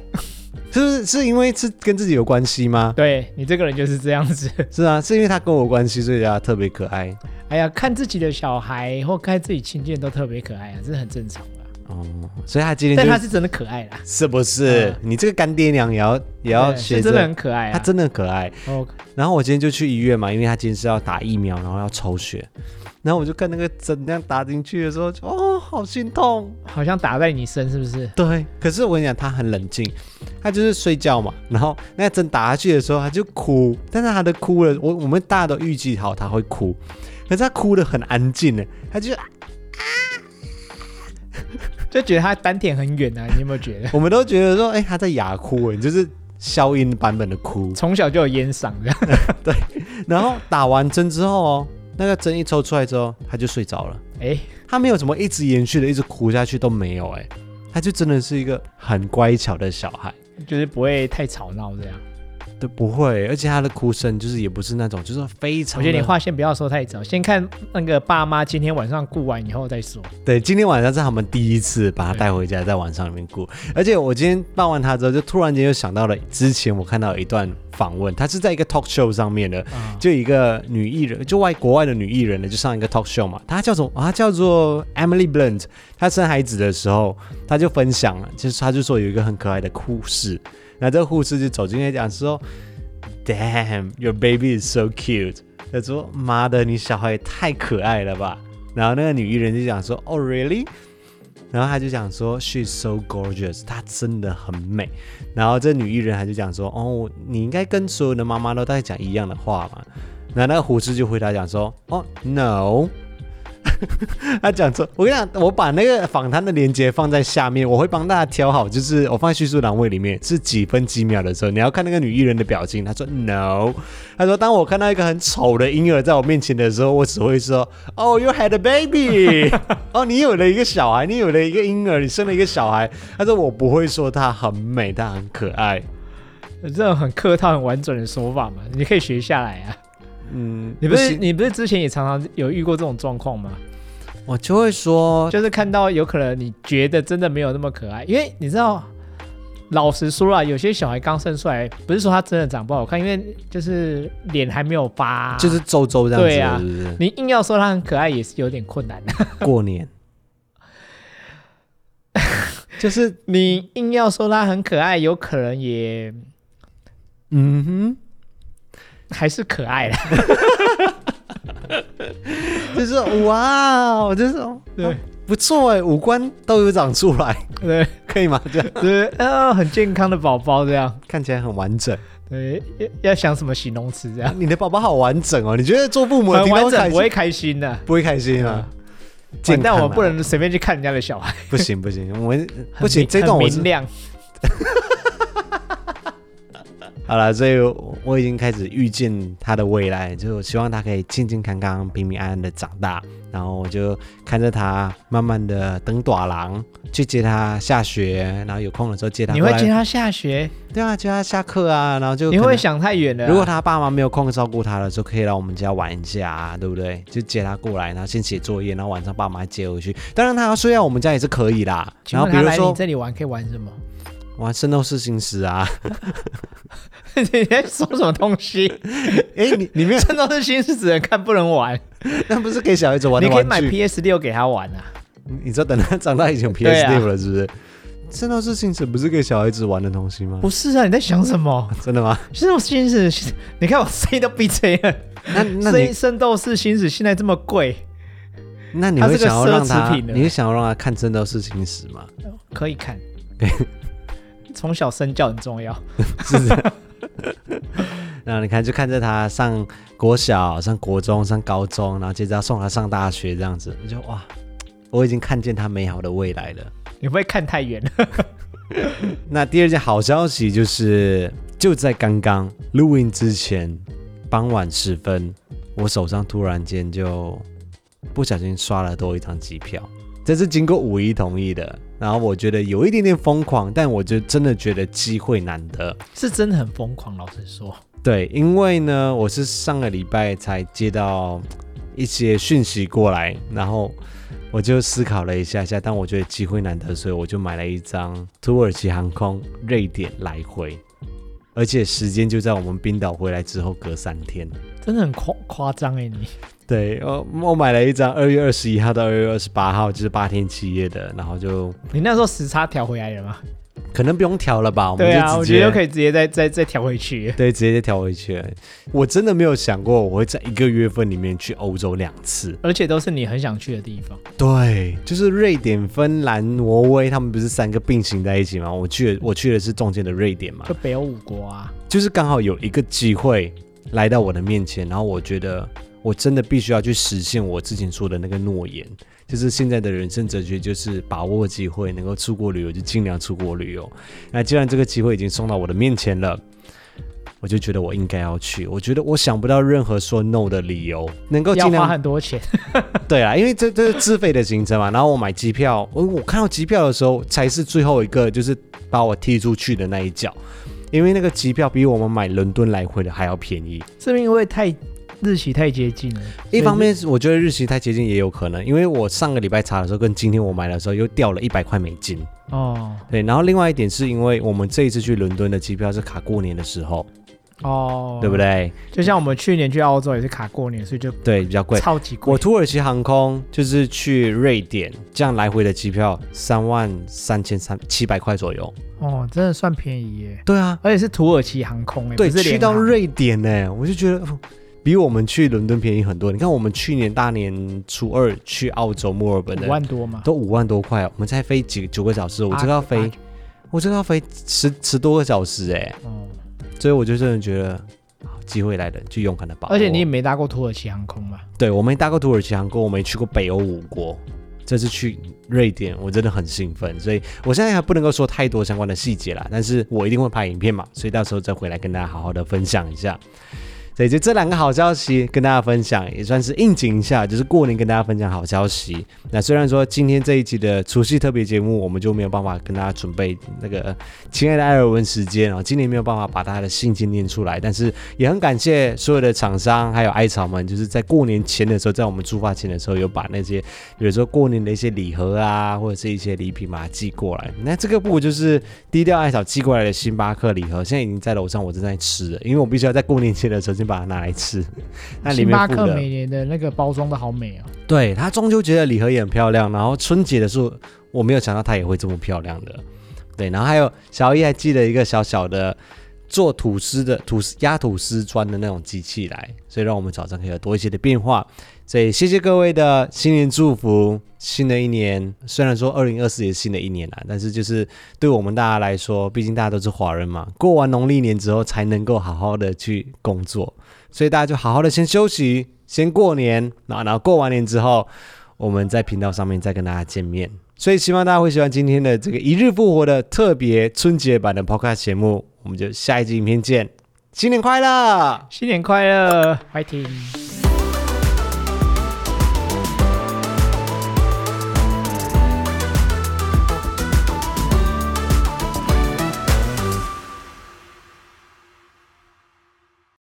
是不是是因为是跟自己有关系吗？
对你这个人就是这样子。
是啊，是因为他跟我有关系，所以他特别可爱。
哎呀，看自己的小孩或看自己亲近的都特别可爱啊，这是很正常的。
哦，所以他今天
但
就
他
是
是真的可爱啦，
是不是、你这个干爹娘也要也要
对
学
是真的
着
很，可爱
他
啊。
真的很可爱。
哦，
然后我今天就去医院嘛，因为他今天是要打疫苗，然后要抽血，然后我就看那个针那样打进去的时候，就哦，好心痛。
好像打在你身是不是？
对，可是我跟你讲，他很冷静，他就是睡觉嘛，然后那个针打下去的时候，他就哭，但是他的哭了，我我们大家都预计好他会哭，可是他哭的很安静呢，他就？
就觉得他丹田很远啊，你有没有觉 得
我们都觉得说，哎、他在哑哭，哎，就是消音版本的哭。
从小就有烟嗓 这样，
然后打完针之后哦，那个针一抽出来之后，他就睡着了，
哎，
他没有怎么一直延续的一直哭下去都没有，哎，他就真的是一个很乖巧的小孩。
就是不会太吵闹这样。
都不会，而且他的哭声就是也不是那种，就是非常
我
的。
觉得你话先不要说太早，先看那个爸妈今天晚上顾完以后再说。
对，今天晚上是他们第一次把他带回家，在晚上里面过。而且我今天抱完他之后，就突然间又想到了之前我看到一段访问，他是在一个 talk show 上面的，
啊
就一个女艺人，就外国外的女艺人呢，就上一个 talk show 嘛，她叫什么？啊她叫做 Emily Blunt。她生孩子的时候，她就分享了，就是她就说有一个很可爱的护士，那这个护士就走进来讲说，Damn, your baby is so cute。她说，妈的，你小孩也太可爱了吧。然后那个女艺人就讲说，Oh really？然后她就讲说，She's so gorgeous，她真的很美。然后这女艺人还就讲说，哦，你应该跟所有的妈妈都在讲一样的话嘛。然后那个护士就回答讲说，哦，no。他 讲说，我跟你讲，我把那个访谈的链接放在下面，我会帮大家挑好，就是我放在叙述栏位里面是几分几秒的时候，你要看那个女艺人的表情。她说 no，她说当我看到一个很丑的婴儿在我面前的时候，我只会说 oh you had a baby，哦你有了一个小孩，你有了一个婴儿，你生了一个小孩。她说我不会说她很美，她很可爱。
这种很客套、很婉转的说法嘛，你可以学下来啊。
嗯，
你不是
行
你不是之前也常常有遇过这种状况吗？
我就会说，
就是看到有可能你觉得真的没有那么可爱，因为你知道，老实说啊，有些小孩刚生出来，不是说他真的长不好看，因为就是脸还没有发、
就是周周这样子，
对啊
是不是？
你硬要说他很可爱，也是有点困难。
过年
就是你硬要说他很可爱，有可能也
嗯哼。
还是可 爱啦。
就是哇，我就是哦
对
不错哎，五官都有长出来，
对，
可以吗？这样
就是呃很健康的宝宝这样。
看起来很完整。啊
对，要要想什么形容词这样，
你的宝宝好完整哦，你觉得做父母的
啊很
听
完
到
整
开
不会
心？
开心的、
不会开心啊？健
但
康啊
我们不能随便去看人家的小孩，
不行不行，我们不
很
行，
明
这段
很
我
明
是
亮。
好了，所以我我已经开始预见他的未来，就是我希望他可以健健康康、平平安安的长大，然后我就看着他慢慢的等短廊去接他下学，然后有空的时候接他
你
过来。
会接他下学，
对啊，接他下课啊，然后就
你
可
会不
能
会想太远了啊、
如果他爸妈没有空照顾他的时候，可以来我们家玩一下、啊，对不对？就接他过来，然后先写作业，然后晚上爸妈接回去。当然，他要睡在啊我们家也是可以啦。
请
然后
问
比
他
如
来你
说
这里玩可以玩什么？
玩《圣斗士星矢》啊，
你在说什么 东西？
哎，你你没有，
圣斗士星矢只能看不能玩，
那不是给小孩子玩
你
的
可以
玩
买
具？
PS 六给他玩啊。
你知道等他长大以前
对
PS
啊
六了，是不是？《圣斗士星矢》不是给小孩子玩的东西吗
不？是啊，你在想什么？
真的吗？
圣斗士星矢，你看我 C 都闭嘴了。
那那
圣
你
圣斗士星矢现在这么贵，
那你
它
会
是个
想要让
奢侈
他，
品的欸
你会想要让他看《圣斗士星矢》吗？
可以 看。从小身教很重要。
然后你看，就看着他上国小、上国中、上高中，然后接着要送他上大学这样子，我就哇，我已经看见他美好的未来了。
你不会看太远了。
那第二件好消息就是，就在刚刚录音之前，傍晚时分，我手上突然间就不小心刷了多一张机票，这是经过五一同意的。然后我觉得有一点点疯狂，但我就真的觉得机会难得。
是真的很疯狂，老实说。
对，因为呢，我是上个礼拜才接到一些讯息过来，然后我就思考了一下下，但我觉得机会难得，所以我就买了一张土耳其航空瑞典来回，而且时间就在我们冰岛回来之后隔三天。
真的很夸夸张哎！你
对，我我买了一张二月二十一号到二月二十八号，就是八天七夜的，然后就
你那时候时差调回来了吗？
可能不用调了吧，我们
对
就直接、
啊，我觉得可以直接再再再调回去。
对，直接调回去。我真的没有想过我会在一个月份里面去欧洲两次。
而且都是你很想去的地 方。
对，就是瑞典、芬兰、挪威，他们不是三个并行在一起吗？我去的，我去的是中间的瑞典嘛
就，北欧五国啊，
就是刚好有一个机会来到我的面前，然后我觉得我真的必须要去实现我之前说的那个诺言，就是现在的人生哲学就是把握机会，能够出国旅游就尽量出国旅游。那既然这个机会已经送到我的面前了。我就觉得我应该要去，我觉得我想不到任何说 no 的理由，能够尽
要花
量
很多钱。
对啦，因为这这是自费的行程嘛，然后我买机票，我我看到机票的时候才是最后一个，就是把我踢出去的那一脚。因为那个机票比我们买伦敦来回的还要便宜。
是不是因为太日期太接近了？
一方面，我觉得日期太接近也有可能，因为我上个礼拜查的时候，跟今天我买的时候又掉了一百块美金。
哦
对，然后另外一点是因为我们这一次去伦敦的机票是卡过年的时候，
哦，
对不？对？
就像我们去年去澳洲也是卡过年，所以就
对，比较贵。
超级贵
我。土耳其航空就是去瑞典，这样来回的机票三万三千三七百块左右。
哦，真的算便宜耶，
对啊，
而且是土耳其航空哎，
对，
不是
去
联
到
航
瑞典呢、我就觉得哦比我们去伦敦便宜很多。你看，我们去年大年初二去澳洲墨尔本
五
的，
万多嘛，
都五万多块，我们才飞几九个小时，我这个要
八
飞
九，
我这个要飞十十多个小时哎、
哦，
所以我就真的觉得。好机会来了，就勇敢的把握。
而且你也没搭过土耳其航空嘛，
对我没搭过土耳其航空，我没去过北欧五国，这次去瑞典，我真的很兴奋，所以我现在还不能够说太多相关的细节啦，但是我一定会拍影片嘛，所以到时候再回来跟大家好好的分享一下。所以就这两个好消息跟大家分享，也算是应景一下，就是过年跟大家分享好消息。那虽然说今天这一集的除夕特别节目，我们就没有办法跟大家准备那个亲爱的艾尔文时间哦，今年没有办法把大家的信件念出来，但是也很感谢所有的厂商还有艾草们，就是在过年前的时候，在我们出发前的时候，有把那些比如说过年的一些礼盒啊，或者是一些礼品嘛寄过来。那这个不就是低调艾草寄过来的星巴克礼盒？现在已经在楼上，我正在吃了，因为我必须要在过年前的时候先把它拿来吃。那里
星
面
巴
附
克
的
每，年的那个包装的好美哦，
对它中秋节的礼盒也很漂亮，然后春节的时候我没有想到它也会这么漂亮的。对，然后还有小易还寄了一个小小的做吐司的吐司压吐司砖的那种机器来，所以让我们早上可以有多一些的变化。所以谢谢各位的新年祝福，新的一年虽然说二零二四也是新的一年啦，但是就是对我们大家来说，毕竟大家都是华人嘛，过完农历年之后才能够好好的去工作，所以大家就好好的先休息，先过年，然后然后过完年之后，我们在频道上面再跟大家见面。所以希望大家会喜欢今天的这个一日复活的特别春节版的 podcast 节目，我们就下一集影片见，新年快乐！
新年快乐，欢迎。